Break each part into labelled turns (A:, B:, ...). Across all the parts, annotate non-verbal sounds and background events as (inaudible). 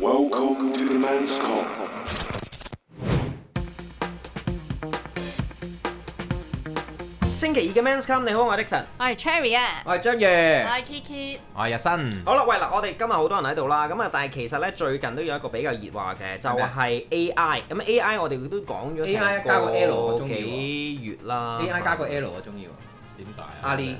A: Welcome to the man's call.
B: 星期二嘅 Men's Come，你好，我係 Dixon。
C: 我係 Cherry 啊，
D: 我係張
C: 我
D: 爺，
C: 係 Kiki，
D: 我係日新，
B: 好啦，喂嗱，我哋今日好多人喺度啦，咁啊，但係其實咧最近都有一個比較熱話嘅，就係 AI。咁 AI 我哋都講咗
D: AI 加個 L 啊
B: 成個
D: 我中意喎
B: 幾月啦。
D: AI 加個 L 我中意喎，
E: 點解啊？
D: 阿 Li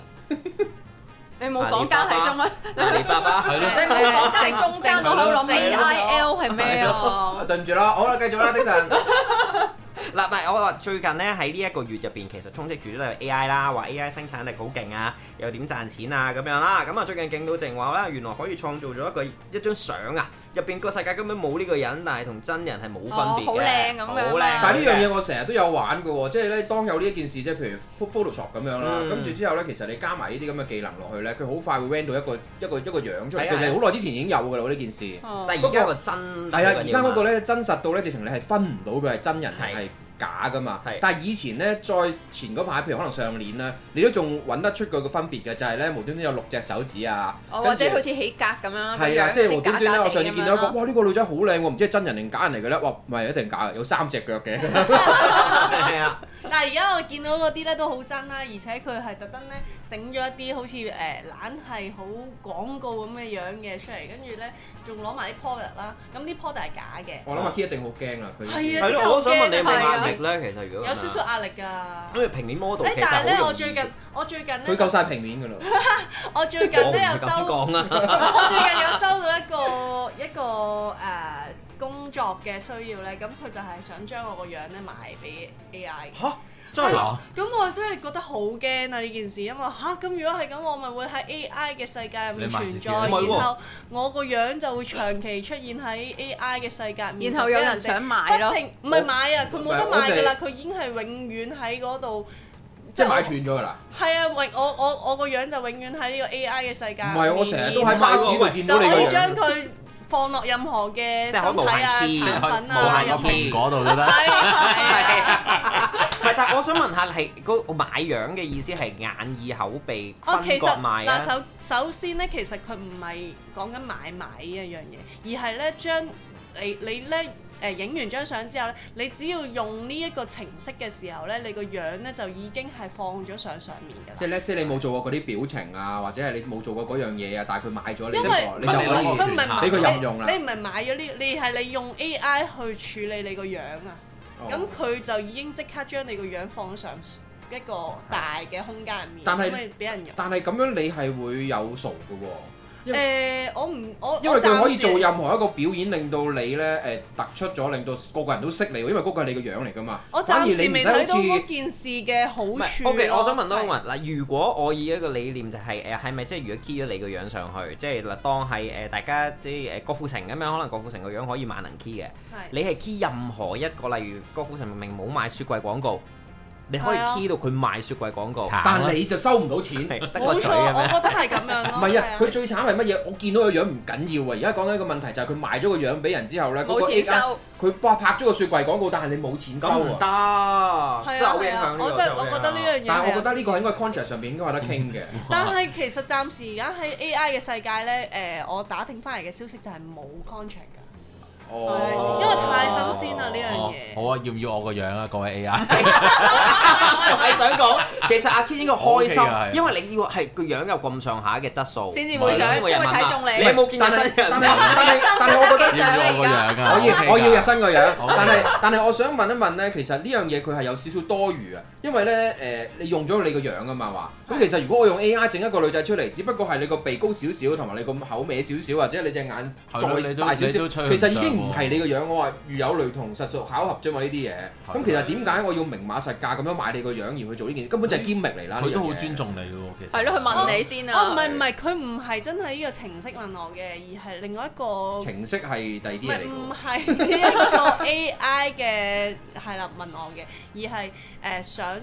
C: 你冇講交係中啊？
B: 阿里巴巴。
E: 係
C: 你
E: 咯，
C: 冇講交係中間，我好諗 A I L 係咩
D: 啊
C: 啊？
D: 對唔住啦，好啦，繼續啦，Dixon，
B: 嗱，唔係我話最近咧喺呢一個月入邊，其實充斥住都係 AI 啦，話 AI 生產力好勁啊，又點賺錢啊咁樣啦。咁啊最近勁到正話啦，原來可以創造咗一個一張相啊，入邊個世界根本冇呢個人，但係同真人係冇分別嘅，
C: 哦好靚咁樣啊
B: 好靚嘅。
D: 但係呢樣嘢我成日都有玩嘅喎，即係咧當有呢一件事，即係譬如 Photoshop 咁樣啦
B: 嗯，
D: 跟住之後咧，其實你加埋呢啲咁嘅技能落去咧，佢好快會 render 到一個一個一個樣出
B: 係
D: 嚟，
B: 啊
D: 其實好耐之前已經有㗎啦喎呢件事。
C: 哦
B: 但係而家個真
D: 係啦，啊而家嗰個
B: 咧，
D: 咧真實到咧，直情你係分唔到佢係真人定係假噶嘛
B: 係。
D: 但係以前咧，再前嗰排，譬如可能上年啦，你都仲揾得出佢個分別嘅，就係咧無端端有六隻手指啊，
C: 哦或者
D: 跟住
C: 好似起格咁樣，個
D: 係啊，
C: 樣
D: 即係
C: 有
D: 無
C: 啲假
D: 端端咧，
C: 假
D: 我上次
C: 地
D: 見到一
C: 咁
D: 個，
C: 樣咯
D: 哇！呢個女仔好靚喎，唔知係真人定假人嚟嘅咧？哇，唔係一定假嘅，有三隻腳
C: (laughs)
D: 嘅。
B: 係啊，
C: 但係而家我見到嗰啲咧都好真啦，而且佢係特登咧整咗一啲好似誒懶係好廣告咁嘅樣嘅出嚟，跟住咧仲攞埋啲 product 啦，咁啲 product 係假嘅，
D: 我諗阿 Key 一定好驚啦，佢
C: 係啊
B: 係咯，我都想問你有冇
C: 係啊
B: 壓力咧？其實如果
C: 有少少壓力㗎。
B: 因為平面 model
C: 誒
B: 其實
C: 但係咧，
B: 好
C: 我
B: 容
C: 最
B: 易
C: 近我最近
D: 佢
C: 咧，
D: 夠晒平
C: (laughs)
D: 面㗎啦。
C: 我最近
B: 我
C: 都
B: 唔
C: 有
B: 敢
C: 收。
B: 講啊，
C: 我最近有收到一個一個誒、呃工作嘅需要咧，咁佢就係想將我個樣咧賣俾 AI。
B: 嚇真係嗱，
C: 咁我真係覺得好驚啊！呢件事，因為嚇咁如果係咁，我咪會喺 AI 嘅世界入面
E: 你賣
C: 存
E: 自己
C: 在，
E: 唔
D: 啊
C: 然
B: 係喎
C: 後我個樣就會長期出現喺 AI 嘅世界入面，
F: 然後有人想買
C: 就
F: 咯
C: 俾人哋不，停唔係買啊，佢冇得
D: 唔係我
C: 買
D: 就哦係
C: 㗎啦，佢已經係永遠喺嗰度，
D: 即係
C: 係我
D: 買斷咗
C: (laughs)
D: 㗎啦。
C: 係啊，永我我我個樣就永遠喺呢個 AI 嘅世界
D: 唔
C: 入面。
D: 係，我成日都喺巴士度見
C: 就
D: 到
C: 可
D: 你個
C: 以將
D: 樣。
C: 佢放落任何嘅
B: 即係可以無
C: 身體啊、
B: 限 key，
C: 產品
B: 無
C: 啊
B: 限
C: 入
B: 個
C: 面。
B: 蘋
E: 果度都得
C: 係啊
B: 唔係，但係我想問下係嗰個買樣嘅意思係眼耳口鼻
C: 哦，其
B: 分割
C: 實
B: 賣
C: 嗱，
B: 啊？
C: 首首先咧，其實佢唔係講緊買賣呢一樣嘢，而係咧將你你咧誒影完張相之後咧，你只要用呢一個程式嘅時候咧，你個樣咧就已經係放咗上上面㗎
D: 即係
C: 啦。
D: let's say 你冇做過嗰啲表情啊，或者係你冇做過嗰樣嘢啊，但係佢買咗你
C: 因為
D: 呢個，你
E: 佢哋攞
D: 就可
E: 個
C: 佢唔係買
D: 以俾佢任用啦
C: 你唔係買咗呢，你係你用 AI 去處理你個樣啊。咁
D: 哦。
C: 佢就已經即刻將你個樣放上一個大嘅空間入面，
D: 但係
C: 咁咪俾人用。
D: 但係咁樣你係會有數㗎喎。因
C: 誒、我唔我
D: 因為佢可以做
C: 我暫時
D: 任何一個表演，令到你咧誒、突出咗，令到個個人都識你喎。因為嗰個係你個樣嚟噶嘛。
C: 我
D: 反而
C: 暫
D: 你
C: 時
D: 唔
C: 未
D: 使
C: 睇到
D: 好
C: 嗰
D: 似
C: 件事嘅好
B: 唔係
C: 處咯。
B: ，OK，我想問多個
C: 係
B: 問嗱，如果我以一個理念就係誒係咪即係如果 key 咗你個樣上去，即係嗱當係誒大家即係誒郭富城咁樣，可能郭富城個樣可以萬能 key 嘅，
C: 係
B: 你係 key 任何一個，例如郭富城明明冇賣雪櫃廣告，你可以
C: 係啊
B: key 到佢賣雪櫃廣告，
D: 但係你就收唔到錢。
B: 係得個
C: 冇
B: 嘴
C: 錯，
B: 咁
C: 我
B: 樣。
C: 覺得係咁樣咯。
D: 唔係
C: 哦
D: 啊，
C: 係
D: 佢最慘係乜嘢？我見到個樣唔緊要啊！而家講緊一個問題就係佢賣咗個樣俾人之後咧，嗰個
F: 冇錢
D: AI
F: 收，
D: 佢拍拍咗個雪櫃廣告，但係你冇錢收
B: 咁唔
D: 啊！
B: 得，
C: 係
B: 真係
C: 啊
B: 好影
C: 係
B: 響
C: 啊
B: 呢，個
C: 我真係我覺得呢樣嘢。
D: 但係我覺得呢個喺個 contract 上邊應該有得傾嘅。
C: 但係其實暫時而家喺 AI 嘅世界咧，誒、我打聽翻嚟嘅消息就係冇 contract 㗎。
D: 哦，
C: 因為太新鮮啦呢樣
E: 哦
C: 嘢
E: 好啊，要唔要我個樣啊？各位 AI，
D: (laughs)
B: 啊 (laughs) 係想講，其實阿 Ken 應該開
E: OK 㗎係
B: 心，因為你要啊係個樣有咁上下嘅質素，
F: 先至會想
B: 先人
F: 先會
B: 問
F: 睇
B: 下
F: 中你
B: 你有冇見過
D: 但
B: 新
D: 係但係
B: 人？
D: 但係但係我覺得。
E: 要唔要我個樣啊？
D: 我要我要日新個樣，
E: 好
D: 但係但係我想問一問咧，其實呢樣嘢佢係有少少多餘啊，因為咧誒、你用咗你個樣啊嘛話，咁其實如果我用 AI 整一個女仔出嚟，只不過係你個鼻高少少，同埋你個口歪少少，或者你隻眼再
E: 係咯你都
D: 大少
E: 你
B: 嗯
D: 少，
E: 都吹佢唔
D: 其實已經
E: 脹
D: 唔
E: 喎
D: 係你個樣。我話如有雷同，實屬巧合啫嘛呢啲嘢。咁其實點解我要明碼實價咁樣買你個樣而去做呢件事？根本就係 g i 嚟啦。
E: 佢都好
D: 呢樣嘢
E: 尊。重你嘅喎，其實
F: 係咯，佢問你先啊。
C: 哦，唔係唔係，佢唔係真係呢個程式問我嘅，而係另外一個
D: 程式係第二啲
C: 唔
D: 嘢
C: 係
D: 嚟
C: 唔
D: 㗎
C: 係 (laughs) 呢一個 AI 嘅係啦問我嘅，而係誒、呃想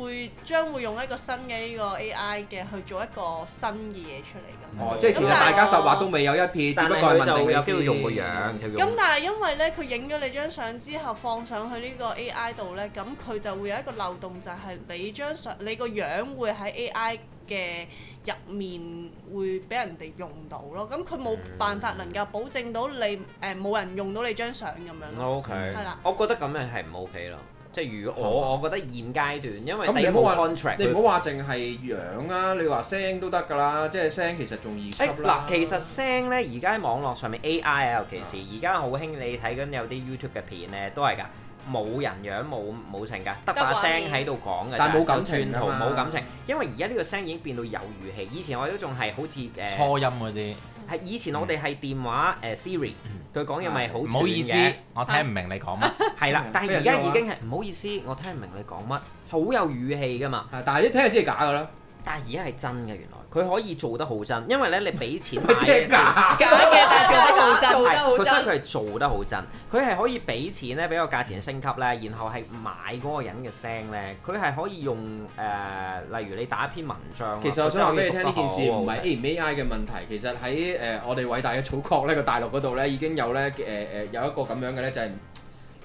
C: 會將會用一個新嘅呢個 AI 嘅去做一個新嘅嘢出嚟咁樣。
D: 喎。哦，即係其實大家實話都未有一撇，只
B: 但
D: 不
B: 係
D: 過係
B: 佢
D: 問定
B: 就
D: 你
B: 有機會用個
D: 先
B: 樣，
D: 嗯
B: 就
C: 咁
B: 用。
C: 但係因為咧，佢影咗你張相之後放上去呢個 AI 度咧，咁佢就會有一個漏洞，就係、你張相你個樣會喺 AI 嘅入面會俾人哋用到咯。咁佢冇
D: 嗯
C: 辦法能夠保證到你誒冇、人用到你張相咁樣咯。
B: O K，
C: 係啦
B: 我覺得咁樣係唔 O K 咯。即係如果我，我覺得現階段，因為
D: 咁
B: 第
D: 你
B: 一
D: 唔
B: 冇
D: 好話
B: contract，
D: 你
B: 佢
D: 唔好話淨係樣啊，你話聲都得㗎啦，即係聲其實仲易
B: 誒
D: 輯啦
B: 哎嗱，其實聲咧，而家喺網絡上面 AI 啊，尤其是而家好興，你睇緊有啲 YouTube 嘅片咧，都係㗎，冇人樣冇冇情㗎，得把聲喺度講嘅咋，
D: 但冇感情
B: 就轉圖
D: 㗎嘛
B: 冇感情，因為而家呢個聲已經變到有語氣，以前我哋都仲係好似誒，
E: 初音嗰啲，
B: 係以前我哋係電話誒 Siri，佢
D: 嗯
B: 講嘢
D: 啊
B: 咪好
E: 唔好意思
B: 斷嘅，
E: 我聽唔明你講乜。
B: 係啦
D: 嗯，
B: 但
D: 俾
B: 係而
D: 人
B: 家
D: 用
B: 已
D: 啊
B: 經係唔好意思，我聽唔明你講乜，好有語氣㗎嘛。
D: 啊但係一聽就知係假㗎啦，
B: 但係而家係真嘅，原來佢可以做得好真，因為咧你俾
D: (laughs)
B: 錢買
D: 咪即係
B: 嘅，
D: 假。
C: 假嘅，但係做得好真，
F: 做得好
B: 佢
F: 真
B: 所以佢係做得好真，佢係可以俾錢咧，俾個價錢升級咧，然後係買嗰個人嘅聲咧，佢係可以用誒、呃例如你打一篇文章啊，
D: 其實我想話俾你聽，呢
B: 佢真
D: 件
B: 係可
D: 事
B: 以讀得好
D: 唔係 A 唔 AI 嘅問題，其實喺誒、呃我哋偉大嘅祖國呢個大陸嗰度咧已經有咧誒誒有一個咁樣嘅咧，就係、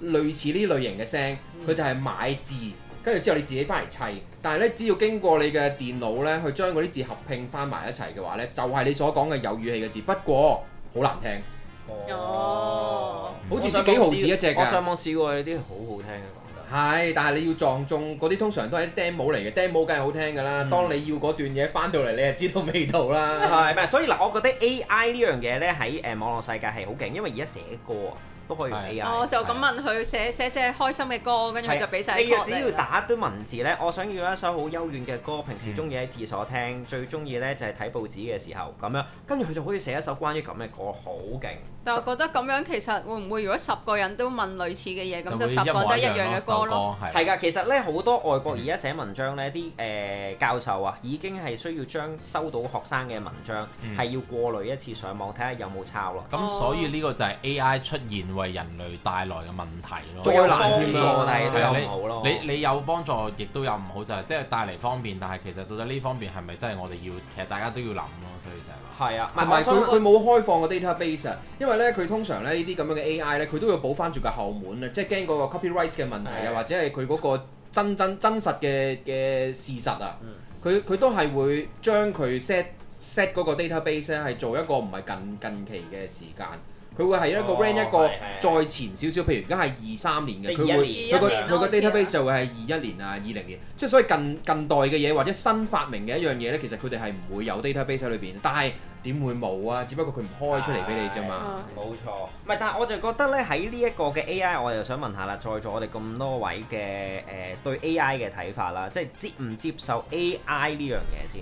D: 類似呢類型嘅聲，
B: 嗯
D: 佢就係買字，跟住之後你自己翻嚟砌，但係咧只要經過你嘅電腦咧去將嗰啲字合拼翻埋一齊嘅話咧，就係、你所講嘅有語氣嘅字，不過好難聽。
F: 哦
D: 好似幾毫子一隻㗎
B: 我上網試過有啲好好聽嘅講得。
D: 係，但係你要撞中嗰啲通常都係啲 demo 嚟嘅，demo 梗係好聽㗎啦。當你要嗰段嘢翻到嚟，你就知道味道啦。
B: 係咪？所以嗱，我覺得 AI 呢樣嘢咧喺誒網絡世界係好勁，因為而家寫歌啊都可以用
E: 係
B: AI。
C: 哦
F: 我就咁問佢寫寫隻開心嘅歌，跟住佢就俾晒
B: 你
F: call
B: 只要
F: 你啦
B: 打一堆文字咧，我想要一首好幽怨嘅歌，平時中意喺廁所聽，最中意咧就係睇報紙嘅時候咁樣，跟住佢就可以寫一首關於咁嘅歌，好勁。
F: 但我覺得咁樣其實會唔會如果十個人都問類似嘅嘢，咁就十個都
E: 模
F: 係一樣嘅歌咯？，
E: 首
B: 係㗎，其實咧好多外
D: 嗯
B: 國而家寫文章咧，啲誒、呃教授啊，已經係需要將收到學生嘅文章
E: 嗯
B: 係、要過濾一次上網睇下有冇抄咯。
F: 哦
E: 咁所以呢個就係 AI 出現為人類帶來嘅問題咯。
D: 災難添
B: 幫助
D: 啊
B: 但係都有
E: 係
B: 唔好咯。
E: 你你有幫助，亦都有唔好，就係即係帶嚟方便，但係其實到底呢方面係咪真係我哋要？其實大家都要諗咯，所以就係話。
B: 係啊，唔
D: 同
B: 係我
D: 埋佢
B: 想
D: 佢冇開放個 database 啊，因為咧佢通常咧呢啲咁樣嘅 AI 咧，佢都要補翻住個後門啊，即係驚嗰個 copyright 嘅問題啊，
B: 係
D: 或者係佢嗰個真真真實嘅嘅事實啊，
B: 嗯
D: 佢佢都係會將佢 set set 嗰個 database 咧係做一個唔係近近期嘅時間，佢會係一個
B: 哦
D: range 一個
B: 係係
D: 再前少少，譬如而家係二三年嘅，
B: 即係
D: 佢
B: 21
D: 會
B: 年
D: 佢個
F: 21年
D: 佢個
F: 開始啊
D: database 就會係二一年啊、二零年，即係所以近近代嘅嘢或者新發明嘅一樣嘢咧，其實佢哋係唔會有 database 喺裏邊，但係點會冇啊？只不過佢唔開出嚟俾你啫嘛。
F: 啊
B: 冇錯，唔係，但係我就覺得咧喺呢一個嘅 AI，我又想問下啦，在座我哋咁多位嘅誒、呃、對 AI 嘅睇法啦，即係接唔接受 AI 呢樣嘢先，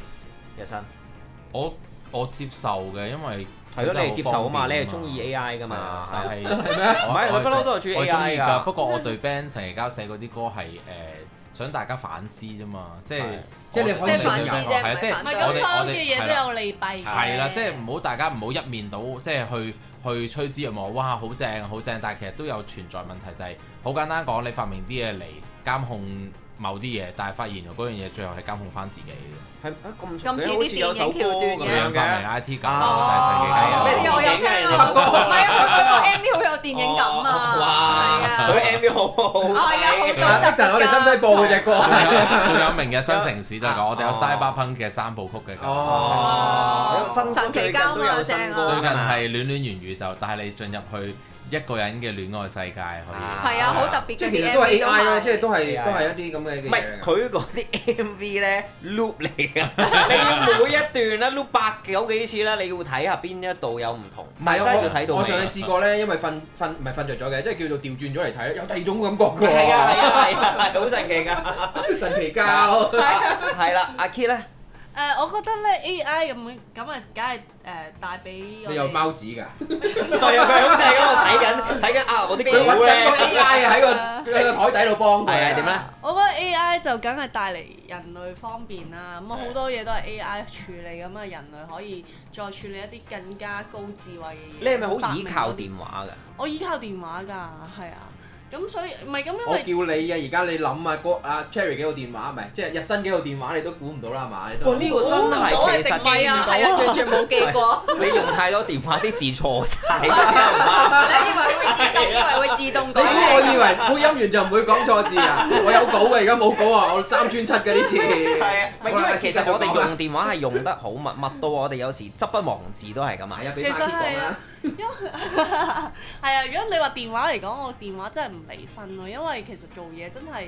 B: 日新
E: 我我接受嘅，因為
B: 係咯，你係接受啊嘛，你
E: 真係
B: 係
E: 好方
B: 中
E: 便
B: 意 AI 噶
E: 係啊
B: 嘛，(laughs)
E: 但係
D: 真係咩？
E: 我
B: 唔係
E: 我
B: 你不嬲都係中意
E: 我中
B: AI
E: 意
B: 㗎
E: 㗎。不過我對 band 成日交寫嗰啲歌係誒想大家反思啫嘛，即係
B: 係
D: 即係你
E: 我
D: 可以
E: 哋
D: 即係反思
F: 啫
E: 係啊
F: 唔係
E: 即係
C: 唔係
F: 反對
E: 我
C: 咁，
E: 哋
C: 所
E: 我
C: 有
E: 哋
C: 嘅嘢
E: 係啦
C: 都有利弊嘅。
E: 係啦，即係唔好大家唔好一面倒，即係去去吹之若鶩，哇好正好正，但係其實都有存在問題，就係、好簡單講，你發明啲嘢嚟監控某啲嘢，但係發現原來嗰樣嘢最後係監控翻自己嘅，
B: 係啊咁
F: 咁似
B: 你好似有首歌
F: 啲電
B: 咁
F: 影橋
E: 咁
F: 段
E: 樣
B: 樣
E: 發明
B: 嘅，
E: I T 咁，就
B: 啊
E: 係
B: 咩電
F: 我
E: 世紀交
B: 影
F: 有聽過，唔係啊，佢個 MV 好有電影感啊，係
B: 哦哇，
F: 啊，
B: 佢 MV 好好睇
F: 係啊好
D: 得陣，我哋使唔使播嗰只歌？
E: 仲有仲有明日新城市都係講，我哋有
B: 哦
E: Cyberpunk 嘅三部曲嘅。
B: 哦，有新歌
F: 神奇
B: 最近
F: 交
B: 都
F: 嘛
B: 有新
F: 正啊
B: 歌㗎
E: 最近
B: 嘛
E: 係戀戀元宇宙，但係你進入去一個人嘅戀愛世界可以。
F: 係啊，好特別
D: 即係
F: 嘅
D: 其實都係 AI 咯，即係都
B: AI
D: 係都係一啲咁嘅嘅
B: 唔係
D: 嘢嚟㗎。
B: 佢嗰啲 MV 咧 loop 嚟㗎，你要每一段咧 loop 百九幾次啦，你要睇下邊一度有唔同，
D: 唔
B: 但
D: 係
B: 係真係要睇
D: 啊
B: 到
D: 我
B: 尾。
D: 我上次試過咧，因為瞓瞓唔係瞓着咗嘅，即係叫做調轉咗嚟睇，有第二種感覺㗎喎。
B: 係啊係啊係啊，係好神奇㗎。
D: (laughs) 神奇膠。
B: 係啦，阿 Kit 咧，
C: 誒、我覺得咧 AI 咁樣咁啊，梗係誒帶俾我
D: 你有
C: 哋
D: 貓子㗎？
B: 我有佢咁就係咁我睇緊睇緊啊，我啲
D: 佢揾
B: 稿
D: 緊個
B: 咧
D: AI 喺個喺個台底度幫佢。
B: 係啊點咧？
C: 我覺得 AI 就梗係帶嚟人類方便啦，咁啊好多嘢都係 AI 處理，咁啊人類可以再處理一啲更加高智慧嘅嘢。
B: 你係咪好倚靠
C: 發明嗰啲
B: 電話㗎？
C: 我依靠電話㗎，係啊。咁所以唔係咁，因
D: 我
C: 為
D: 叫你啊，而家你諗啊，個阿 Cherry 幾個電話咪，即係日新幾個電話你都估唔到啦係嘛？你都
B: 哇！呢個真係其實
F: 係啊，係啊，完全冇記過。
B: 你用太多電話啲字錯晒。
F: 你以為會自動，以為會自動
D: 你
F: 改
D: 估
F: 嘅？
D: 我以為配音員就唔會講錯字啊？
B: (laughs)
D: 我有稿嘅，而家冇稿啊，我三專七嘅呢次。
B: 係啊，唔係因為其實我哋
D: 繼續講啊
B: 用電話係用得好密密到我哋有時執筆忘字都係咁啊
D: 係。啊，俾 Marky 講啦。
C: 係啊，如果你話電話嚟講，我電話真係唔離身咯，因為其實做嘢真係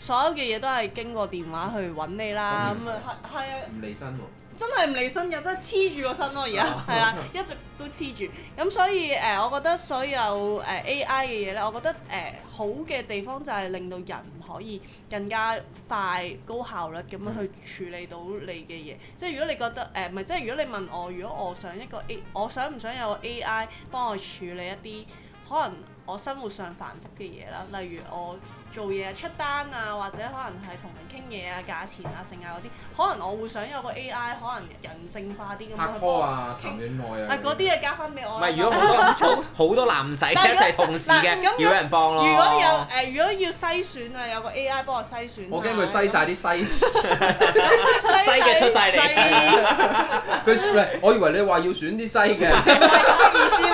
C: 所有嘅嘢都係經過電話去揾你啦。咁啊，係係啊。
D: 唔離身喎，
C: 真係唔離身嘅，真係黐住個身咯，而家係啦，一直都黐住。咁所以誒、呃我覺得所有誒、呃 AI 嘅嘢咧，我覺得誒、呃好嘅地方就係令到人可以更加快高效率咁
D: 嗯
C: 樣去處理到你嘅嘢。即係如果你覺得誒，唔係即係如果你問我，如果我想一個 A，我想唔想有個 AI 幫我處理一啲可能我生活上繁複嘅嘢啦，例如我做嘢啊、出單啊，或者可能係同人傾嘢啊、價錢啊、剩啊嗰啲，可能我會想有個 AI，可能人性化啲咁樣
D: 拍
C: 去幫
D: 拖
C: 我。
D: 啊，談戀愛啊
C: 啊，嗰啲嘢交翻俾我
B: 唔
C: 啦。
B: 係，如果好多
C: (laughs)
B: 好好多男仔一
C: 但係如果
B: 齊同事
C: 嗱
B: 嘅，
C: 咁有
B: 要有人幫
C: 如
D: 哦
B: 咯。
C: 果有誒、如果要篩選啊，有個 AI 幫我篩選啊。
D: 我驚佢篩
C: (laughs)
D: 晒啲西， (laughs)
C: 篩
B: 篩嘅出晒嚟
C: 篩
D: 佢喂我以為你話要選啲西
C: (laughs)
D: 嘅，
F: 唔係咁嘅意思咩？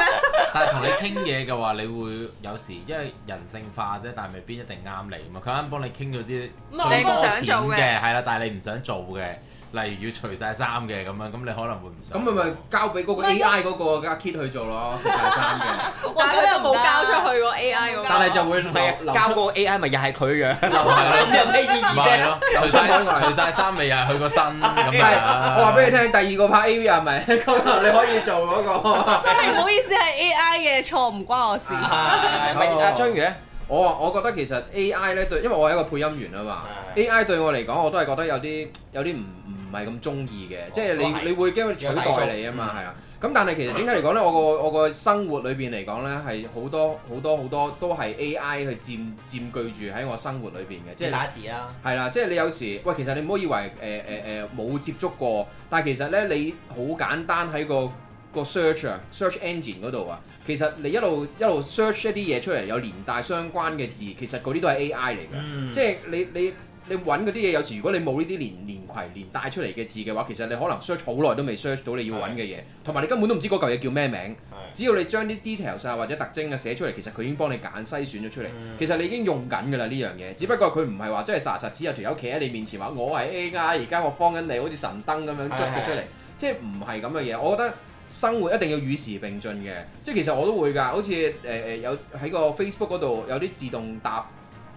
E: 但係同你傾嘢嘅話，你會有時因為人性化啫，但係未必一定啱你嘛。佢啱幫你傾咗啲
C: 唔
E: 最
C: 係
E: 多
C: 我唔
F: 想
E: 錢
F: 做嘅
E: 嘅，係啦，但係你唔想做嘅，例如要除晒衫嘅咁樣，咁你可能會唔想。
D: 咁咪咪交俾嗰個
C: 唔係
D: AI 嗰個阿 Kit 去
C: (laughs)
D: 做咯，佢大三嘅，
C: 我
F: 但係佢
C: 覺得
F: 又冇
C: 唔得
F: 交出去個 AI 嗰個。
D: 但係就會
B: 唔
D: 流
B: 係
D: 流
B: 啊，交
D: 出
B: 個 AI 咪又係佢樣，
E: (laughs)
D: 流出
B: 咁有咩意
E: 咪
B: 義
E: 係
B: 啫？
E: 咯，除晒除晒衫咪又係去個身咁
D: 係
E: 樣。
D: 我話俾你
B: 啊
D: 聽，第二個拍 AV 係咪？ (laughs) 咁啊你可以做嗰個。
C: sorry，唔好意思係 AI 嘅錯，唔關我事。
B: 係咪阿章魚咧？
D: 我啊，我覺得其實 AI 咧對，因為我係一個配音員啊嘛，AI 對我嚟講，我都係覺得有啲有啲唔唔係咁中意嘅，即係
B: 哦都係嗯
D: 你你會驚佢取代你啊嘛，係啊。咁但係其實整體嚟講咧，我個我個生活裏邊嚟講咧，係好多好多好多都係 AI 去佔佔據住喺我生活裏邊嘅，即係。
B: 字啊！
D: 係啦，即係你有時喂，其實你唔好以為誒誒誒冇接觸過，但係其實咧你好簡單喺個個 search 啊 search engine 嗰度啊，其實你一路一路 search 一啲嘢出嚟，有連帶相關嘅字，其實嗰啲都係 AI 嚟嘅，
B: 嗯
D: 即係你你。你揾嗰啲嘢，有時如果你冇呢啲連連攜連帶出嚟嘅字嘅話，其實你可能 search 好耐都未 search 到你要揾嘅嘢，同埋你根本都唔知嗰嚿嘢叫咩名。只要你將啲 details 啊或者特徵啊寫出嚟，其實佢已經幫你揀篩選咗出嚟。
B: 嗯
D: 其實你已經用緊㗎啦呢樣嘢，只不過佢唔係話真係實實只有條友企喺你面前話我係 AI，而家我幫緊你，好似神燈咁樣捽佢出嚟，即係唔係咁嘅嘢。我覺得生活一定要與時並進嘅，即係其實我都會㗎。好似誒誒有喺個 Facebook 嗰度有啲自動答。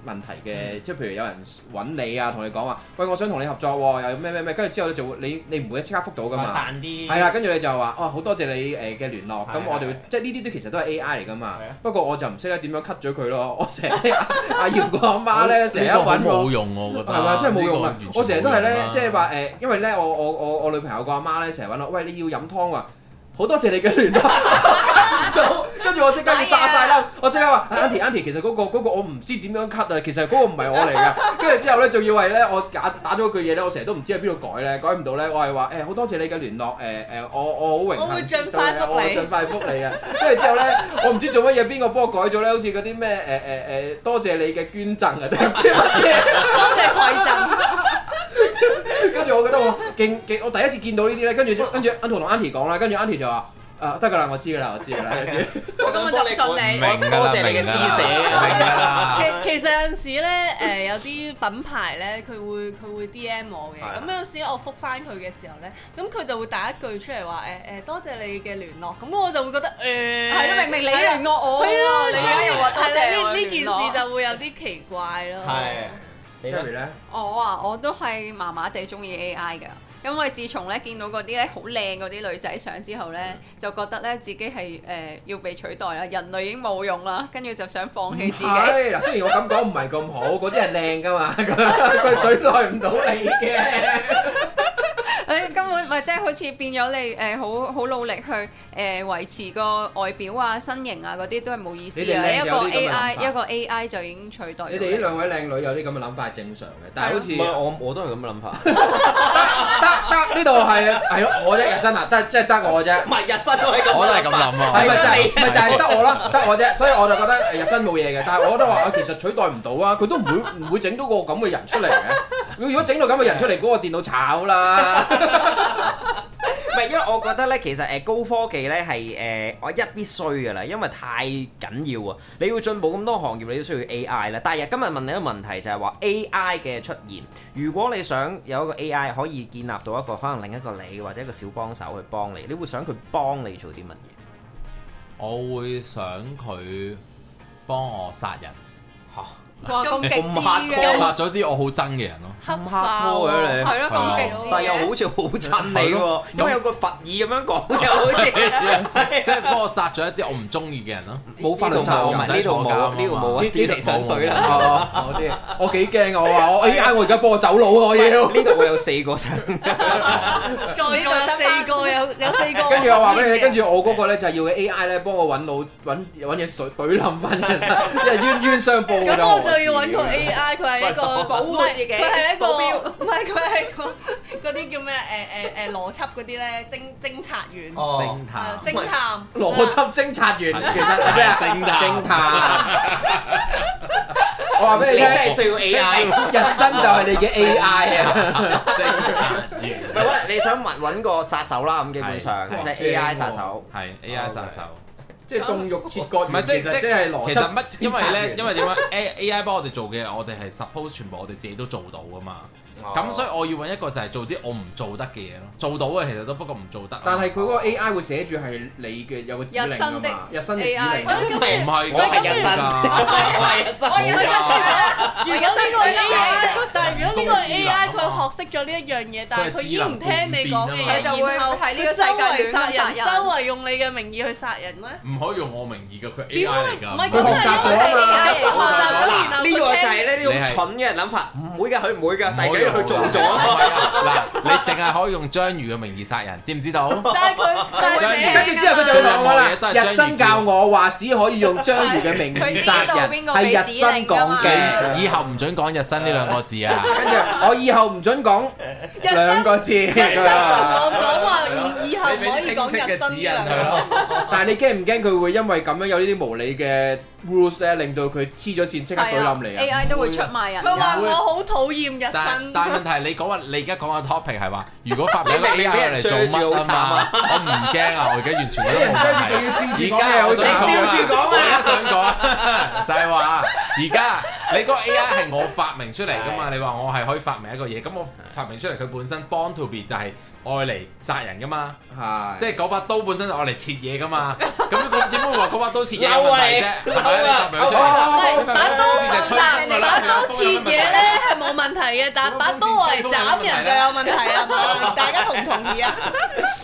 D: 問題嘅，即係譬如有人揾你啊，同你講話，喂，我想同你合作喎，又咩咩咩，跟住之後你就會你你唔會即刻覆到㗎嘛，
B: 啲
D: 係啦，跟住你就話哦，好多謝你誒嘅聯絡，
B: 係
D: 咁
B: 啊係啊
D: 我哋會即係呢啲都其實都係 AI 嚟噶嘛
B: 係啊。
D: 不過我就唔識得點樣 cut 咗佢咯。我成日阿姚個阿媽咧，成日
E: 呢個好
D: 揾我
E: 冇。用，我覺得。
D: 係咪真係冇用啊
E: 呢個完全冇用！
D: 我成日都係咧，即係
E: 啊
D: 話誒，因為咧，我我我我女朋友個阿媽咧，成日揾我，喂，你要飲湯啊！好多謝你嘅聯絡， (laughs) 唔到跟住我即刻要殺
C: 哎
D: 晒啦！我即刻話 Auntie Auntie，其實嗰個嗰個我唔知點樣 cut 啊，其實嗰個唔係我
C: (laughs)
D: 嚟㗎。跟住之後咧，仲要係咧，我打打咗句嘢咧，我成日都唔知喺邊度改咧，改唔到咧，我係話誒好多謝你嘅聯絡，誒誒我我好榮幸，
C: 我會盡快覆你
D: 我會盡快覆你啊！跟住之後咧，我唔知做乜嘢，邊個幫我改咗咧？好似嗰啲咩誒誒誒，多謝你嘅捐贈啊，定唔知乜嘢？
C: 多謝饋贈。
D: 跟住我覺得我勁勁，我第一次見到呢啲咧，跟住跟住 Uncle 同 Auntie 講啦，跟住 Auntie 就話：啊得㗎啦，我知㗎啦，我
B: (laughs)
D: 知㗎啦。
F: 我根本就唔信
E: 明
F: 你。
E: 㗎啦
B: 多謝你嘅
E: 明㗎啦
B: 施捨
E: 明㗎啦。
C: 其其實有陣時咧，誒、有啲品牌咧，佢會佢會 DM 我嘅，
B: 係啊
C: 咁有陣時我覆翻佢嘅時候咧，咁佢就會打一句出嚟話誒誒多謝你嘅聯絡，咁我就會覺得誒呃
F: 係咯，明明你聯絡我，
C: 係啊，
F: 你而家又話多謝
C: 係啦呢呢
F: 我聯
C: 件
F: 絡
C: 事就會有啲奇怪咯。
B: 係你呢
D: Jerry 咧，
F: 我啊，我都係麻麻地中意 AI 㗎，因為自從咧見到嗰啲咧好靚嗰啲女仔相之後咧，就覺得咧自己係誒、呃要被取代啦，人類已經冇用啦，跟住就想放棄自己。
D: 係嗱，雖然我咁講唔係咁好，
B: (laughs)
D: 嗰啲係靚㗎嘛，佢佢耐唔到你嘅。
F: 誒係哎根本咪即係好似變咗你誒好好努力去誒維持個外表啊、身形啊嗰啲都係冇意思
D: 你哋
F: 啊！
D: 靚
F: 一個
D: 有啲咁嘅諗法
F: AI 一個 AI 就已經取代咗
D: 你哋呢兩位靚女有啲咁嘅諗法係正常嘅，但係好似
B: 唔係我我都係咁嘅諗法，
D: 得得呢度係係咯我啫，日新啊，得即係得我啫
B: 唔。係日新都係咁，
E: 我都係咁諗啊
D: 係咪就
B: 係
D: 係咪就係得我啦，得我啫，所以我就覺得誒日新冇嘢嘅，但係我都話啊，其實取代唔到啊，佢都唔會唔會整到個咁嘅人出嚟嘅。如果整到咁嘅人出嚟，嗰個電腦炒啦。
B: 唔係因為我覺得咧，其實誒高科技咧係誒我一必須嘅啦，因為太緊要啊！你要進步咁多行業，你都需要 AI 啦。但係今日問你一個問題就係話 AI 嘅出現，如果你想有一個 AI 可以建立到一個可能另一個你或者一個小幫手去幫你，你會想佢幫你做啲乜嘢？
E: 我會想佢幫我殺人，
F: 哇咁極
B: 咁
F: 致
B: 黑
F: 嘅，
E: 殺咗啲我好憎嘅人咯。
C: 黑
B: 咁
C: 化
B: 黑
C: 喎
B: 科嘅你
F: 係咯咁
D: 啊
F: 極致
B: 但係又
F: 嘅
B: 好似好襯你
E: 係
B: 喎
E: 咯，
B: 因為有個佛耳咁樣講，又好似
E: 即係幫我殺咗一啲我唔中意嘅人咯。
D: 冇法律
B: 呢度冇
D: 責
B: 唔
D: 任
B: 係呢度冇啊，呢度冇啊，
E: 呢呢度
B: 啲嚟相對啦。
D: 哦，我啲我幾驚啊！我話我 AI 我而家幫我走佬啊我要。
B: 呢度會有四個相。
F: 再仲有四個有有四個，
D: 跟住我話俾你聽，跟住我嗰個咧就係要嘅 AI 咧幫我揾腦揾揾嘢水懟冧翻因為冤冤相報㗎
C: 咁
D: 就
C: 我
D: 何
C: 就要
D: 事
C: 揾個
D: 嘅
C: AI，佢係一個
F: 保護自己
C: 唔係佢係一個
F: 保鏢
C: (laughs) 唔係佢係一個嗰啲叫咩誒誒誒邏輯嗰啲咧，偵偵察員，係
B: 哦
E: 偵探
C: 啊，偵探
D: 邏輯偵察員其實係咩啊？
E: 偵探 (laughs)
D: 偵探。我話俾你聽，
B: 需要 AI。
D: 日新就係
E: (laughs)
D: 你嘅 AI 啊！
E: 偵察員
B: 唔係可能你想揾揾個殺手啦，咁基本上
E: 係
B: 即係
D: 正喎
B: AI 殺手。
E: 係 AI 殺手，
D: 即哦係凍肉切割
E: 唔
D: 員，
E: 係即
D: 其實即係邏輯
E: 其實乜？因為咧，因
D: 為
E: 為點解 AI 幫我哋做嘅，我哋係 suppose 全部我哋自己都做到噶嘛。哦咁所以我要揾一個就係做啲我唔做得嘅嘢咯，做到嘅其實都不過唔做得。啊
D: 但係佢嗰個 AI 會寫住係你嘅有個指令㗎嘛，日新嘅指令
C: 喂。
E: 唔
C: 咁啊
E: 係唔係
B: 我係日新，我係日
E: 我
B: 新。
C: 如果呢個
F: 我有新嘅
C: AI，但係如果呢個
E: 人工智能
C: AI 佢學識咗呢一樣嘢，但係佢已經唔聽你講嘅
E: 佢
C: 嘢，
E: 係智
C: 然後
F: 能佢就會喺呢
C: 佢
F: 個世界
C: 周圍
F: 亂咁殺人
C: 人，周圍用你嘅名義去殺人咧。
E: 唔可以用我名義嘅，佢
C: 點啊
E: AI 嚟
C: 會唔係
E: 㗎。
D: 佢
C: 咁
D: 學習咗啊嘛
C: 係因為佢學習咗，然
B: 嗱，
C: 後
B: 呢
C: 佢聽
B: 個就係咧呢種
E: 你係
B: 蠢嘅人諗法，唔會㗎，佢唔會㗎，但係佢做
E: 唔
B: 咗。
E: 係啊嗱，你淨係可以用章魚嘅名義殺人，知唔知道？
C: (laughs) 但係佢但
E: 章
C: 係
E: 魚
D: 跟住之後佢就會講我啦，日新教我話只可以用章魚嘅名義殺人，係日新講嘅。
E: 以後唔准講日新呢兩個字啊！
D: 跟住我以後唔准講兩個字。
C: 我講話以後唔可以講日新嘅啦。
D: 但係你驚唔驚佢會因為咁樣有呢啲無理嘅 rules 咧，令到佢黐咗線，即刻懟冧你啊？
F: AI 都會出賣人㗎。
C: 佢話我好討厭日
E: 但
C: 新，
E: 但問題你講話，你而家講嘅 topic 係話，如果發明一個 AI 嚟做乜啊嘛？我唔驚啊！我而家完全覺得冇問題。而家我想講啊！我而家想講 (laughs) 就係話，而家你個 AI 係我發明出嚟噶嘛？你話我係可以發明一個嘢，咁我發明出嚟，佢本身 born to be 就係愛嚟殺人噶嘛？
D: 係
E: 即係嗰把刀本身就愛嚟切嘢噶嘛，咁咁點會話嗰把刀切嘢有問題啫？係咪你發明出
D: 啊
E: 嚟？
C: 喂
D: 係
C: 把刀
E: 就吹風㗎啦
C: 把刀切嘢咧係冇問題嘅，但把刀嚟斬人就有問題啊嘛！
F: (laughs)
C: 大家同唔同意啊？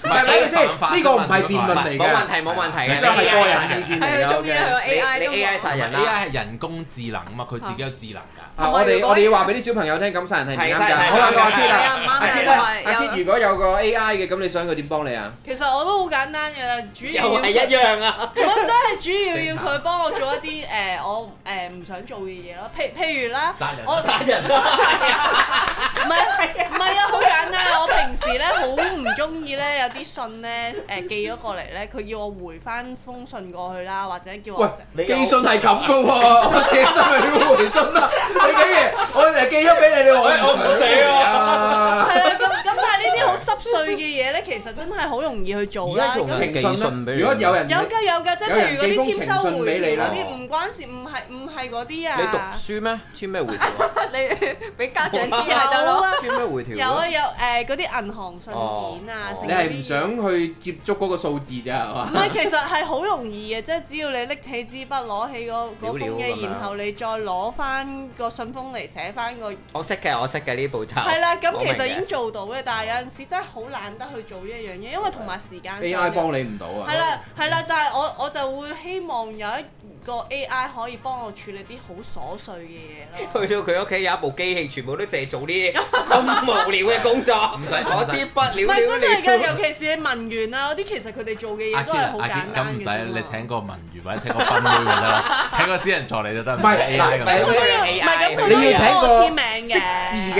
E: 唔
D: 係咪先？呢個唔係辯論
B: 冇
D: 嚟嘅，
B: 問題冇問題嘅，
D: 呢個係個人
B: 嘅
C: 啊
D: 意見
F: 係
D: 嚟
F: 佢中意佢個
D: 嘅。
B: 你
F: AI 都
B: 你 AI 殺人啊啦，
E: AI 係人工智能啊嘛，佢自己有智能㗎。
D: 啊！我哋我哋要話俾啲小朋友聽，咁殺人係唔啱㗎。好啦，阿 Kit 啦，阿 Kit 咧，阿 Kit 如果有個 AI 嘅，咁你想佢點幫你啊？
C: 其實我都好簡單嘅啦，主要
B: 又係一樣啊。
C: 我真係主要要佢幫我做一啲誒我誒唔想做嘅嘢咯，譬譬如啦，
E: 殺人
C: 我
B: 殺人啦，
C: 唔係唔係啊，好簡單啊！我平時咧好唔中意咧有啲信咧誒寄咗過嚟咧，佢要我回翻封信過去啦，或者叫我
D: 喂
C: 食，
B: 你有
D: 寄信係咁噶喎，我寫信去回信啦。你竟然我誒寄咗俾你，你話我
B: 我唔寫
D: 啊！
C: 係啦，咁咁但係呢啲好濕碎嘅嘢咧，其實真係好容易去做啦。
B: 而家仲
C: 咁
B: 係
D: 情信咧，如果有人
C: 有㗎有㗎，即係
D: 有人
C: 譬如嗰
D: 寄
C: 啲
D: 封
C: 簽
D: 情
C: 收
D: 信
C: 回
D: 俾你
C: 條
D: 啦
C: 嗰啲唔關事，唔係唔係嗰啲
B: 你讀
C: 啊。
B: 書咩？簽咩回條啊？
F: 你 (laughs) 俾家長知
C: 有
F: 係得
C: 啊
F: 咯。
B: 簽咩回條？
C: 有啊有誒嗰啲銀行信件啊
B: 哦，
C: 成
D: 你係
C: 嗰
D: 唔
C: 啲
D: 想去接觸嗰個數字啫，係
C: 唔
D: 嘛？
C: 係，其實係好容易嘅，即係只要你拎起支筆，攞起嗰嗰封
B: 料料咁
C: 嘢，
B: 樣
C: 然後你再攞翻個信封嚟寫翻個，
B: 我識嘅，我識嘅呢步驟。
C: 係啦，咁
B: 啊我
C: 其
B: 明
C: 實
B: 嘅
C: 已經做到嘅，但係有陣時真係好好懶得去做呢一樣嘢，因為同埋時間上
D: AI 幫你唔到啊。
C: 係啦，係啦，但係我我就會希望有一個 AI 可以幫我處理啲好瑣碎嘅
B: (laughs)
C: 嘢咯。
B: 去到佢屋企有一部機器，全部都淨係做呢啲咁無聊嘅工作，
E: 唔使
B: 我知不
C: 唔
B: 了
C: 係
B: 了
C: 真係㗎，
B: 了。
C: 尤其是文員啊嗰啲，其實佢哋做嘅
E: 阿
C: 嘢都
E: Kit
C: 係
E: 啊
C: 好
E: 阿 Kit，
C: 簡
E: 咁
C: 單
E: 唔
C: 嘅啫
E: 使
C: 嘛
E: 你請個文員或者請個賓妹咪得啦，請個私人助理就得，
D: 唔係
E: AI
D: 嗱
E: 咁
C: 咁
B: 都
C: 佢
B: 有
C: 又唔係咁，
B: AI
C: 佢
D: 你
C: 都
D: 要請
C: 要
D: 個
C: 我簽名
D: 識字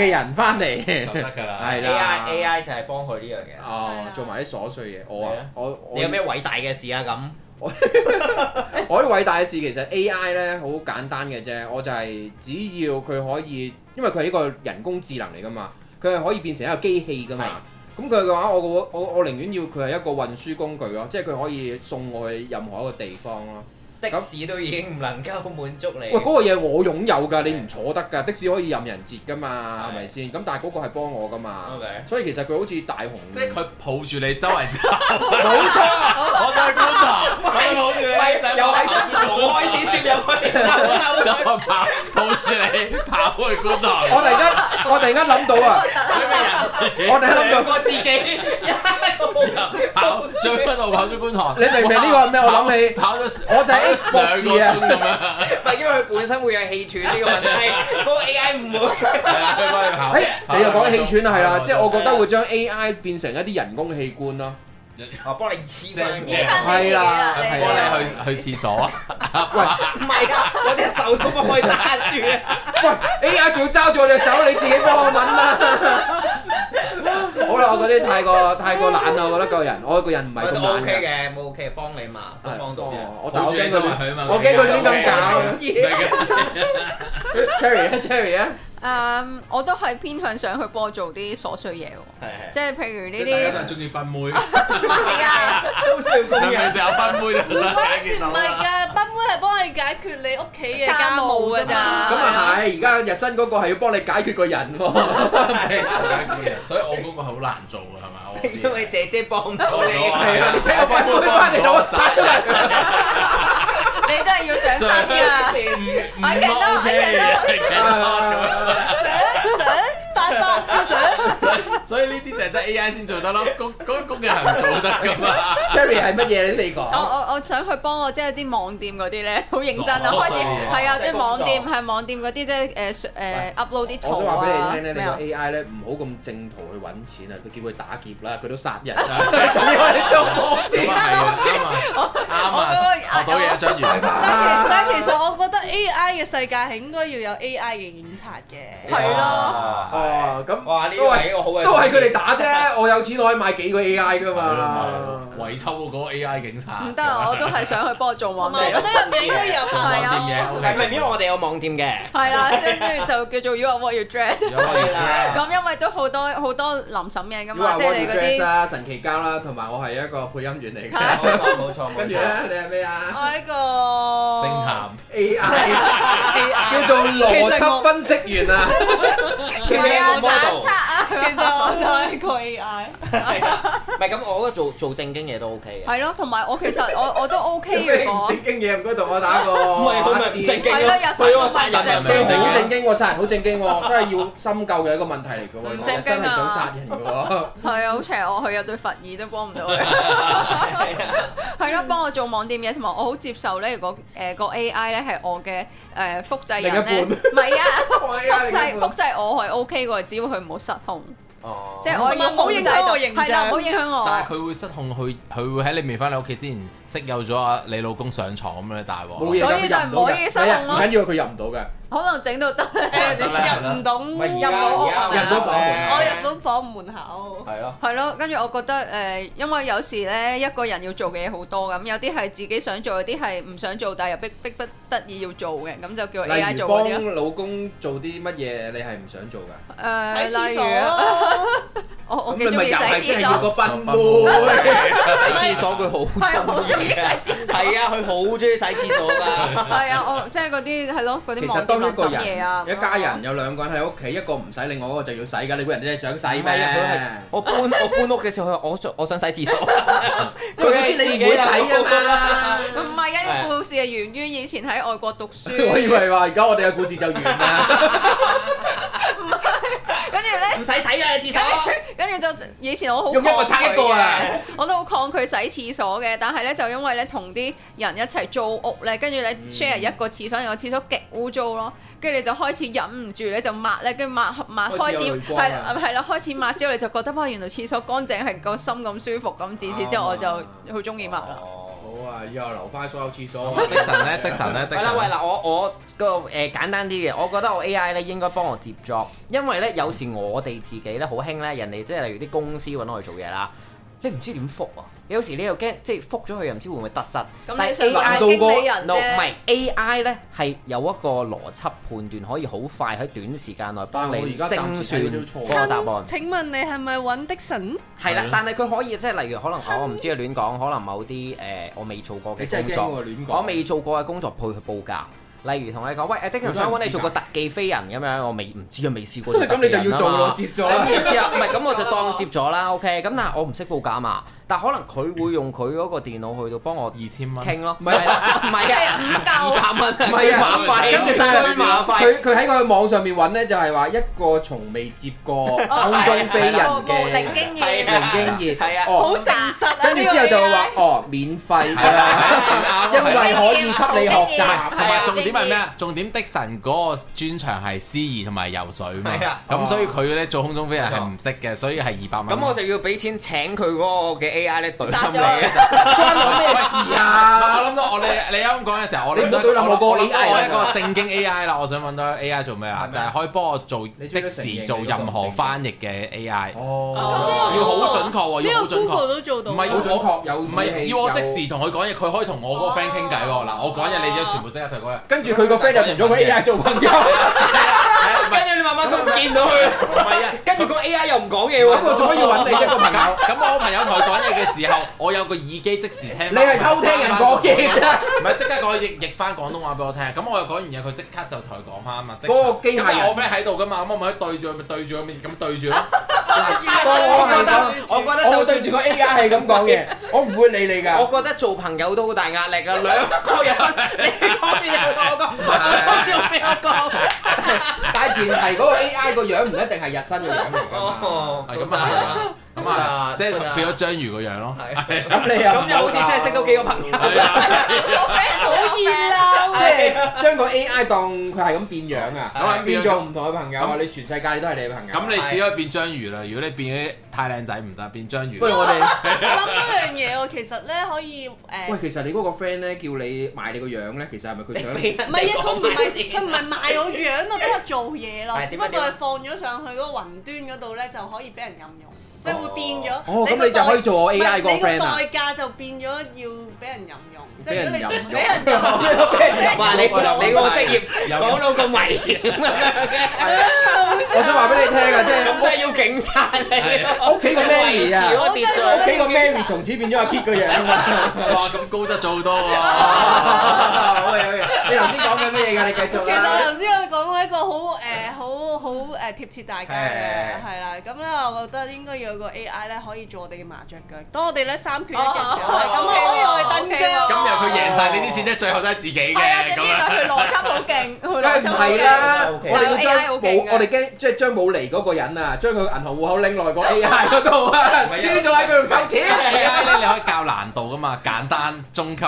C: 嘅。
D: 嘅人翻 (laughs) 嚟，
E: 就得㗎啦。
D: 係
B: A I
D: 啦
B: A I 就係幫佢呢樣嘢。
C: 係
D: 哦
C: 啦，
D: 做埋啲瑣碎嘢，我
B: 係啊
D: 啊，我我
B: 你有咩偉大嘅事啊？咁
D: 我啲偉大嘅事其實 A.I. 咧好簡單嘅啫，我就係只要佢可以，因為佢係一個人工智能嚟噶嘛，佢係可以變成一個機器噶嘛。咁佢嘅話，我個我我寧願要佢係一個運輸工具咯，即係佢可以送我去任何一個地方咯。
B: 的士都已經唔能夠滿足你
D: 喂，。嗰、個嘢我擁有㗎，你唔坐得㗎，的士可以任人截㗎嘛，係咪嗯先？咁但係嗰個係幫我㗎嘛
B: OK
D: 所以其實佢好似大雄，
E: 即係佢抱住你周圍走，
D: 冇錯，
E: 我對光頭，我對抱住
B: 喂，
E: 你，
B: 又喺張床開始攝入去，就兜佢。
E: 我跑抱住你跑啊去觀塘，
D: 我突然間我突然間諗到啊，我突然間諗到
B: 兩。個自己，一個冇人
E: 跑最嗰度跑出觀塘。
D: 你明唔明呢個係咩？我諗起
E: 跑咗，
D: 我就係 Xbox 啊
E: 跑咗兩個鐘咁樣，
B: 唔係因為佢本身會有氣喘呢個問題，嗰個 AI 唔會。
E: 係啊，佢幫你
D: 誒，
E: 跑。
D: 哎你又講氣喘啦，係啦，即係我覺
B: 係
D: 得
B: 啊
D: 會將 AI 變成一啲人工器官咯。
B: 我幫你黐翻嘅。
F: 依份你自己啦，
D: 係啊
F: 你
D: 啦係啦
E: 幫你去去廁所啊！
B: 唔係啊，我隻手都幫佢揸住啊。
D: 喂，AI 仲要揸住我隻手，你自己幫我揾
B: (laughs)
D: 啦。好啦，我嗰啲太過太過懶啦，我覺得個人，我個人唔係咁
B: 都
D: 懶
B: OK
D: 嘅。
B: 嘅，冇 OK 幫你嘛，都
D: 係
B: 幫到嘅。
D: 哦我但
E: 抱
D: 我
E: 住你
D: 驚佢
E: 周圍去啊嘛，
D: 我驚佢亂咁搞
B: 我中意。
D: Cherry 啊，Cherry 啊，
F: 誒，嗯我都係偏向想去幫我做啲瑣碎嘢
B: 係
F: 喎，
B: 係
F: 即係譬如呢
E: 大家都
F: 啲
E: (laughs) 係中意賓 (laughs) 妹，
F: 係啊。
B: 都需要工
E: 係咪
B: 人
E: 就。有賓 (laughs) 妹就得
C: 唔
E: 大家
C: 係
E: 見
C: 唔
E: 到
C: 係
E: 啦。
C: 㗎，賓妹係幫你解決你屋企嘅
F: 家
C: 家
F: 務
C: 務
F: 㗎
C: 㗎
F: 咋
C: 咋。
D: 咁啊係，而家日新嗰個係要幫你解決個人
B: (laughs)
D: 喎。
E: (laughs) 所以我嗰個好難做啊嘅係咪？我知
B: 因為姐姐幫唔到你，
D: 係
E: 係
D: 啊，你請個賓妹翻嚟，我殺咗佢。
F: 你都係要上身㗎，
E: 唔 OK
C: 想想發發想，
E: 嘅，所以呢啲就係得 AI 先做得咯，工嗰工人係唔做得噶嘛。
D: (laughs) Cherry 係乜嘢？你都未
F: 我
D: 講。
F: 我我想去幫我即係啲網店嗰啲咧，好認真啊，
E: 瑣
F: 開
E: 碎
F: 始
E: 嘢
F: 係啊，即
B: 即係
F: 係
B: 工作
F: 網店係網店嗰啲即係誒誒 upload
D: 我
F: 啲圖
D: 想話俾
F: 啊
D: 你聽咧，
F: 咩啊
D: 呢個 AI 咧唔好咁正途去揾錢啊！佢叫佢打劫啦，佢都殺人
F: (laughs)
D: 啦，仲要你做我
E: 咁
D: 啲
E: 啊係啊啱啊，啱啊，學到嘢章魚。
C: 但其 (laughs) 但其實我覺得 AI 嘅世界係應該要有 AI 嘅警察
B: (laughs)
C: 嘅。
F: 係咯
D: 哦，咁
B: 哇，呢個
D: 都
B: 係一
D: 係
B: 個好嘅，
D: 都係佢哋打啫，我有錢我可以買幾個 AI 噶
E: 係
D: 嘛
E: 咯。圍抽嗰個 AI 警察。
F: 唔
D: (laughs)
F: 得啊，我都係想去幫我做
C: 同
F: 網
C: 埋我覺，
D: 啊
F: 店
C: 得入面應該有
E: 做 (laughs) 網店嘢
B: 但係
E: ，OK。
B: 明明我哋有網店嘅，
F: 係啦，跟住就叫做 you are what you dress。
E: 有可以
F: 咁因為都好多好多臨審嘢噶
D: 你話
F: 嘛，
D: 我
F: 即係你嗰
D: dress 啊
F: 啲
D: 啦、神奇膠啦，同埋我係一個配音員嚟
B: 冇
D: 嘅。
B: 錯冇錯冇
D: 跟住
B: 錯。
D: 咧，你係咩啊
C: 我
F: 哎
C: 係
D: (laughs)
C: 一
F: 哦
C: 個
E: 偵探。
D: 哦
F: (laughs)
D: ？AI 叫做邏輯分析
F: (laughs)
D: 員啊， (laughs)
B: 其實
F: 啊
B: 我
F: 反測
B: model，
F: 啊，
C: 其實我就係一個 AI。
B: 唔係咁，我覺得做做正經嘢都 OK 嘅。
F: 係咯，同埋我其實我我都 OK
D: 咩
F: 嘅
D: 唔
F: 我。
D: 正經嘢唔該同我打個
B: 唔係佢咪唔正經
F: 係
B: 咯
F: 咯，有，
B: 佢嗰個
F: 新聞
B: 殺人
E: 正
B: 咪唔
E: 經
D: 好
B: 正經。
D: 正經喎，殺人好正
F: (laughs)
D: 經喎，真係要深究嘅一個問題嚟嘅喎。
F: 唔正經啊
D: 真係想殺人嘅喎。
F: 係啊，好邪惡，佢有對佛耳都幫唔到
D: (laughs)
F: 佢。係咯，幫我做網店嘢，同埋我好接受咧。如果誒個 AI 咧係我嘅誒複製
D: 另
F: 人咧，
D: 一半 (laughs)
F: 唔係啊，
D: 喂啊
F: 複
D: 你
F: 製
D: 咁
F: 複製我係 OK 嘅，只要佢唔好失控，
B: 哦
F: 即係我要
C: 同埋唔好影響我
F: 控制
C: 形象
F: 到係啦，唔好影響
E: 但係
F: 我。
E: 佢會失控，佢佢會喺你未翻你屋企之前識有咗啊你老公上床咁樣大鑊。
D: 冇嘢㗎
F: 所以就唔可以失控咯
D: 係啊唔緊要，佢入唔到嘅。
F: 可能整到
D: (laughs)
F: 得
C: 誒
E: 得啦
C: 入唔到
B: 唔
C: 屋，
B: 係
F: 入到屋
B: 而家
F: 係咪啊
D: 入到房門
C: 我入到房門口。
B: 係咯。
F: 係咯，跟住我覺得誒、呃因為有時咧一個人要做嘅嘢好多咁，有啲係自己想做，有啲係唔想做，但係又逼逼不得已要做嘅，咁就叫 AI
D: 例如
F: 做嗰啲咯。
D: 幫老公做啲乜嘢，你係唔想做㗎？
F: 誒，
C: 洗廁
F: 例如
C: 所咯，
F: 我我
D: 咁
F: 幾
D: 你
F: 中
D: 咪
F: 意
D: 又係
F: 洗
D: 真係
F: 廁
D: 要
F: 所
D: 個，賓
E: 做賓
D: 妹。
B: 洗廁所佢
F: 係
B: 好
F: 好中
B: 中
F: 意
B: 意
F: 洗
B: 嘅，
F: 廁所。
B: 係啊，佢好中意洗廁所㗎。
F: 係啊，我即係嗰啲係咯，嗰
D: 其
F: 啲
D: 實
F: 網
D: 當
F: 店
D: 一
F: 垃
D: 個
F: 圾嘢啊，
D: 人一家人有兩個人喺屋企，一個唔使，另外一個就要洗㗎。你個人真係想洗
B: 唔係啊，佢係
D: 咩？ (laughs)
B: 我搬我搬屋嘅時候，佢話我想我想洗廁所，佢
D: 佢知你唔會洗啊嘛。
F: 唔係啊，呢個故事係源於以前喺外國讀書，
D: (laughs) (laughs) 我以為話而家我哋嘅故事就完啦。
F: 跟住咧。
B: 唔使洗啊廁所， (laughs)
F: 跟跟住就以前我好
D: 用一個
F: 抗
D: 撐一
F: 拒
D: 個啊
F: 嘅我都好抗拒洗廁所嘅，但係咧就因為咧同啲人一齊租屋咧，跟住咧
D: 嗯
F: share 一個廁所，然後個廁所極污糟咯，跟住你就開始忍唔住咧就抹咧，跟住抹抹
D: 開
F: 開
D: 始有淚
F: 始
D: 光啊
F: 係
D: 啦
F: 係啦，開始抹之後你就覺得哇，原來廁所乾淨係個心咁舒服咁，自此之
D: 哦
F: 後我就好中意抹啦。
D: (laughs) 好啊，以後留翻所有廁所。
E: 的神咧，的神咧，
D: (laughs)
E: 的
B: 係啦，喂
E: 神。
B: 嗱，我我個誒、簡單啲嘅，我覺得我 AI 咧應該幫我接 job，因為咧有時我哋自己咧好興咧，人哋即係例如啲公司揾我去做嘢啦，你唔知點覆啊，有時你又驚即係覆咗佢又唔知會唔會得失，
F: 咁
B: 但
F: 你
B: 係
F: 想
B: AI
D: 到
F: 嗌經理
D: 個
F: 人
B: no 唔
F: 啫
B: 係，AI 咧係有一個邏輯判斷，可以好快喺短時間內幫你
D: 但係我
B: 精
D: 而家暫時睇
B: 算
D: 到錯
B: 嗰個答案。
C: 請問你係咪揾的神？
B: 係
E: 係
B: 啦
E: 咯，
B: 但係佢可以即係例如可能我唔知啊亂講，可能某啲誒、我未做過
D: 你
B: 嘅
D: 真
B: 工
D: 係
B: 作
D: 驚喎，。亂講。
B: 我未做過嘅工作配佢報價。例如同你講，喂，誒的確想揾你做個特技飛人咁樣，我未唔知啊，未試過做特技人啊
D: (laughs) 咁
B: 嘛。
D: 你就要做咯，接咗啦。
B: 咁然之後，唔係咁我就當接咗啦，OK。咁但係我唔識報價嘛，但可能佢會用佢嗰個電腦去到幫我
E: 二千蚊，
B: 傾咯。
D: 唔係
B: 係啦唔係啊，
F: 唔夠
B: 二百蚊 (laughs)
D: 唔係啊
B: 馬費，
D: 跟住
B: 但係
D: 佢
B: 馬費。
D: 佢佢喺個網上面揾咧，就係話一個從未接過空中飛人
F: 冇冇
D: 嘅
F: 零經驗
B: 係啊
D: 零經驗，
B: 係啊
D: 哦
C: 好誠實啊！
D: 跟住之後就話哦免費㗎啦， (laughs) 因為可以給你學習。
E: 同埋重點係咩啊？重點的神嗰個專長係詩意同埋游水嘛
B: 係啊，
E: 咁所以佢咧做空中飛人係唔識嘅，所以係二百蚊。
B: 咁我就要俾錢請佢嗰個嘅 AI 咧對
F: 殺
B: 冧
F: 咗
B: 你
F: 佢
B: 啊！
D: 關我咩事
E: 我
D: 啊？
E: 諗到我你你啱講嘅時候，我
D: 你
E: 諗
D: 唔
E: 到
D: 好對冧我個
E: 我諗到
D: AI
E: 我一個正經 AI 啦，我想揾到 AI 做咩啊？就係可以幫我做
D: 你最
E: 即
D: 多承認
E: 時做任何翻譯嘅 AI，
D: 哦，
E: 要好準確喎，要
C: 呢
E: 好
C: 個
E: 準
C: Google
E: 確。
C: 都做到，
E: 唔係
D: 好準確有
E: 唔
D: 語
E: 係
D: 氣
E: 要我即
D: 有
E: 時同佢講嘢，佢可以同我嗰個 friend 傾偈喎。嗱，我講嘢你就全部即刻同佢講嘢。
D: 跟住佢個 friend 就同
B: (laughs)
D: 咗個 AI 做朋友，
B: 跟住你慢慢佢唔見到佢，
E: 唔係啊。
B: 跟住個 AI 又唔講嘢
D: 咁我
B: 喎。
D: 做乜要揾你啫個朋友？
E: 咁我朋友同佢講嘢嘅時候，我有個耳機即時聽。
D: 你係偷聽人講嘢啫。
E: 唔係即刻講譯譯翻廣東話俾我聽，咁我又講完嘢，佢即刻就同佢講翻啊嘛。即場
D: 嗰個機械人
E: 咁我 friend 喺度噶嘛，咁我咪對住佢咪對住佢咪咁對住咯。
B: (laughs) 我覺
D: 我
B: 得，我覺
D: 係講，
B: 得
D: 我
B: 就
D: 對
B: 算
D: 住個 AI 係咁講嘢，我唔會理你
B: 我
D: 㗎。
B: 覺得做朋友都好大壓力啊！兩個人，你嗰邊有我講，我做邊有講？
D: 但係前提嗰個 AI 個樣唔一定係日新嘅樣嚟㗎嘛。
B: 哦，
E: 係咁啊，係啊咁
D: (laughs)
E: 啊，即係變咗章魚個樣咯。
B: 係。
D: 咁你又
B: 咁又好似真係識到幾個朋友。
E: 係啊，
C: 好易啦！
D: 即
B: 哎
D: 係將個 AI 當佢係咁變樣啊，
E: 咁係
D: 變做唔同嘅朋友啊！你全世界你都係你嘅朋友。啊
E: 咁你只可以變章魚啦。如果你變咗太靚仔唔得，變章
D: 不如
E: 魚。
D: 我哋
B: 啊
C: 我諗到一樣嘢喎，其實咧可以誒，
D: 喂，
C: 唔
D: 其實你嗰個 friend 咧叫你賣你個樣咧，其實係咪佢想？
C: 係啊，佢唔係佢唔係賣我樣咯，俾我做嘢咯，只不過係放咗上去嗰個雲端嗰度咧，就可以俾人任用，即係會變咗。
D: 哦，咁你就可以做我 AI 個 friend 啊！
C: 你個代價就變咗要俾人任用，即
D: 俾
C: 係如
D: 人
C: 果
D: 任
C: 你
D: 用，
C: 俾人
B: 哇！你你個職業講到咁危險，
D: 我想話俾你聽啊，即
B: (laughs) 咁真係
D: 係
B: 要警察嚟
D: (laughs)
B: 啊！
D: 屋屋企個 Mary 啊，
B: 我跌咗
D: 屋企個 Mary 從此變咗阿 Kit 個樣
B: (laughs)
D: 啊！
E: 哇，咁高質咗好
D: (laughs)
E: 多喎。
D: 好嘢好嘢，你頭先講緊乜嘢㗎？你繼續
C: 其實
D: 啦。
C: 我頭先我講過一個好誒好好誒貼切大家嘅
D: 係
C: 係啦，咁咧我覺得應該有個 AI 咧可以做我哋嘅麻雀腳。當我哋咧三缺一嘅時候咧，
F: 哦
C: 咁我可以我哋登機
E: 咁
C: 喎。
E: 又佢贏晒你啲錢咧，最後都係自己嘅
F: 係啊，點
E: 咁
F: 知但係佢
E: 樣。
F: 邏輯好勁，
D: 梗
F: 佢
D: 係
F: 邏
D: 唔
F: 輯好
D: 係
F: 勁。
D: 啦，
B: OK
D: 我哋要
F: AI
D: 將
F: 好
D: 冇
F: 勁，㗎
D: 我哋驚即係將冇嚟嗰個人啊，將佢銀行戶口拎落個 AI 嗰度啊，
B: Dạ.
D: 輸咗喺佢度扣錢。
E: AI 咧，你可以教難度噶嘛，簡單、中級、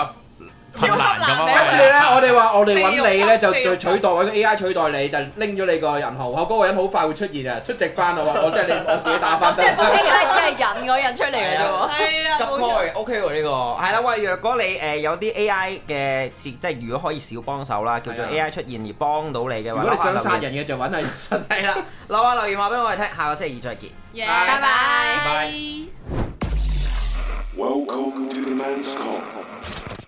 E: 困難咁
D: 跟住
E: 啊嘛。
D: 咧，我哋話我哋啊揾你咧，就就取代揾個 AI 取代你，就拎咗你個銀行戶口，嗰個人好快會出現啊，出席翻我話我真係你我自己打翻得
F: 即。係個 AI 只係引嗰人出嚟嘅啫喎。
C: 係啊，
B: 急
C: 冇錯
B: call Dạ. OK 喎呢個，係啦喂，若果你誒有啲 AI 嘅設，即係如果可以少幫手啦，叫做
D: 係啊
B: AI 出現而幫到你嘅
D: 如
B: 話，
D: 果你想
B: 留言
D: 殺人嘅就揾阿醫生。
B: 係啦，留下留言話俾我哋聽，下個星期二再見。
C: Yeah，
F: 拜拜
C: 拜
A: Welcome to the man's call.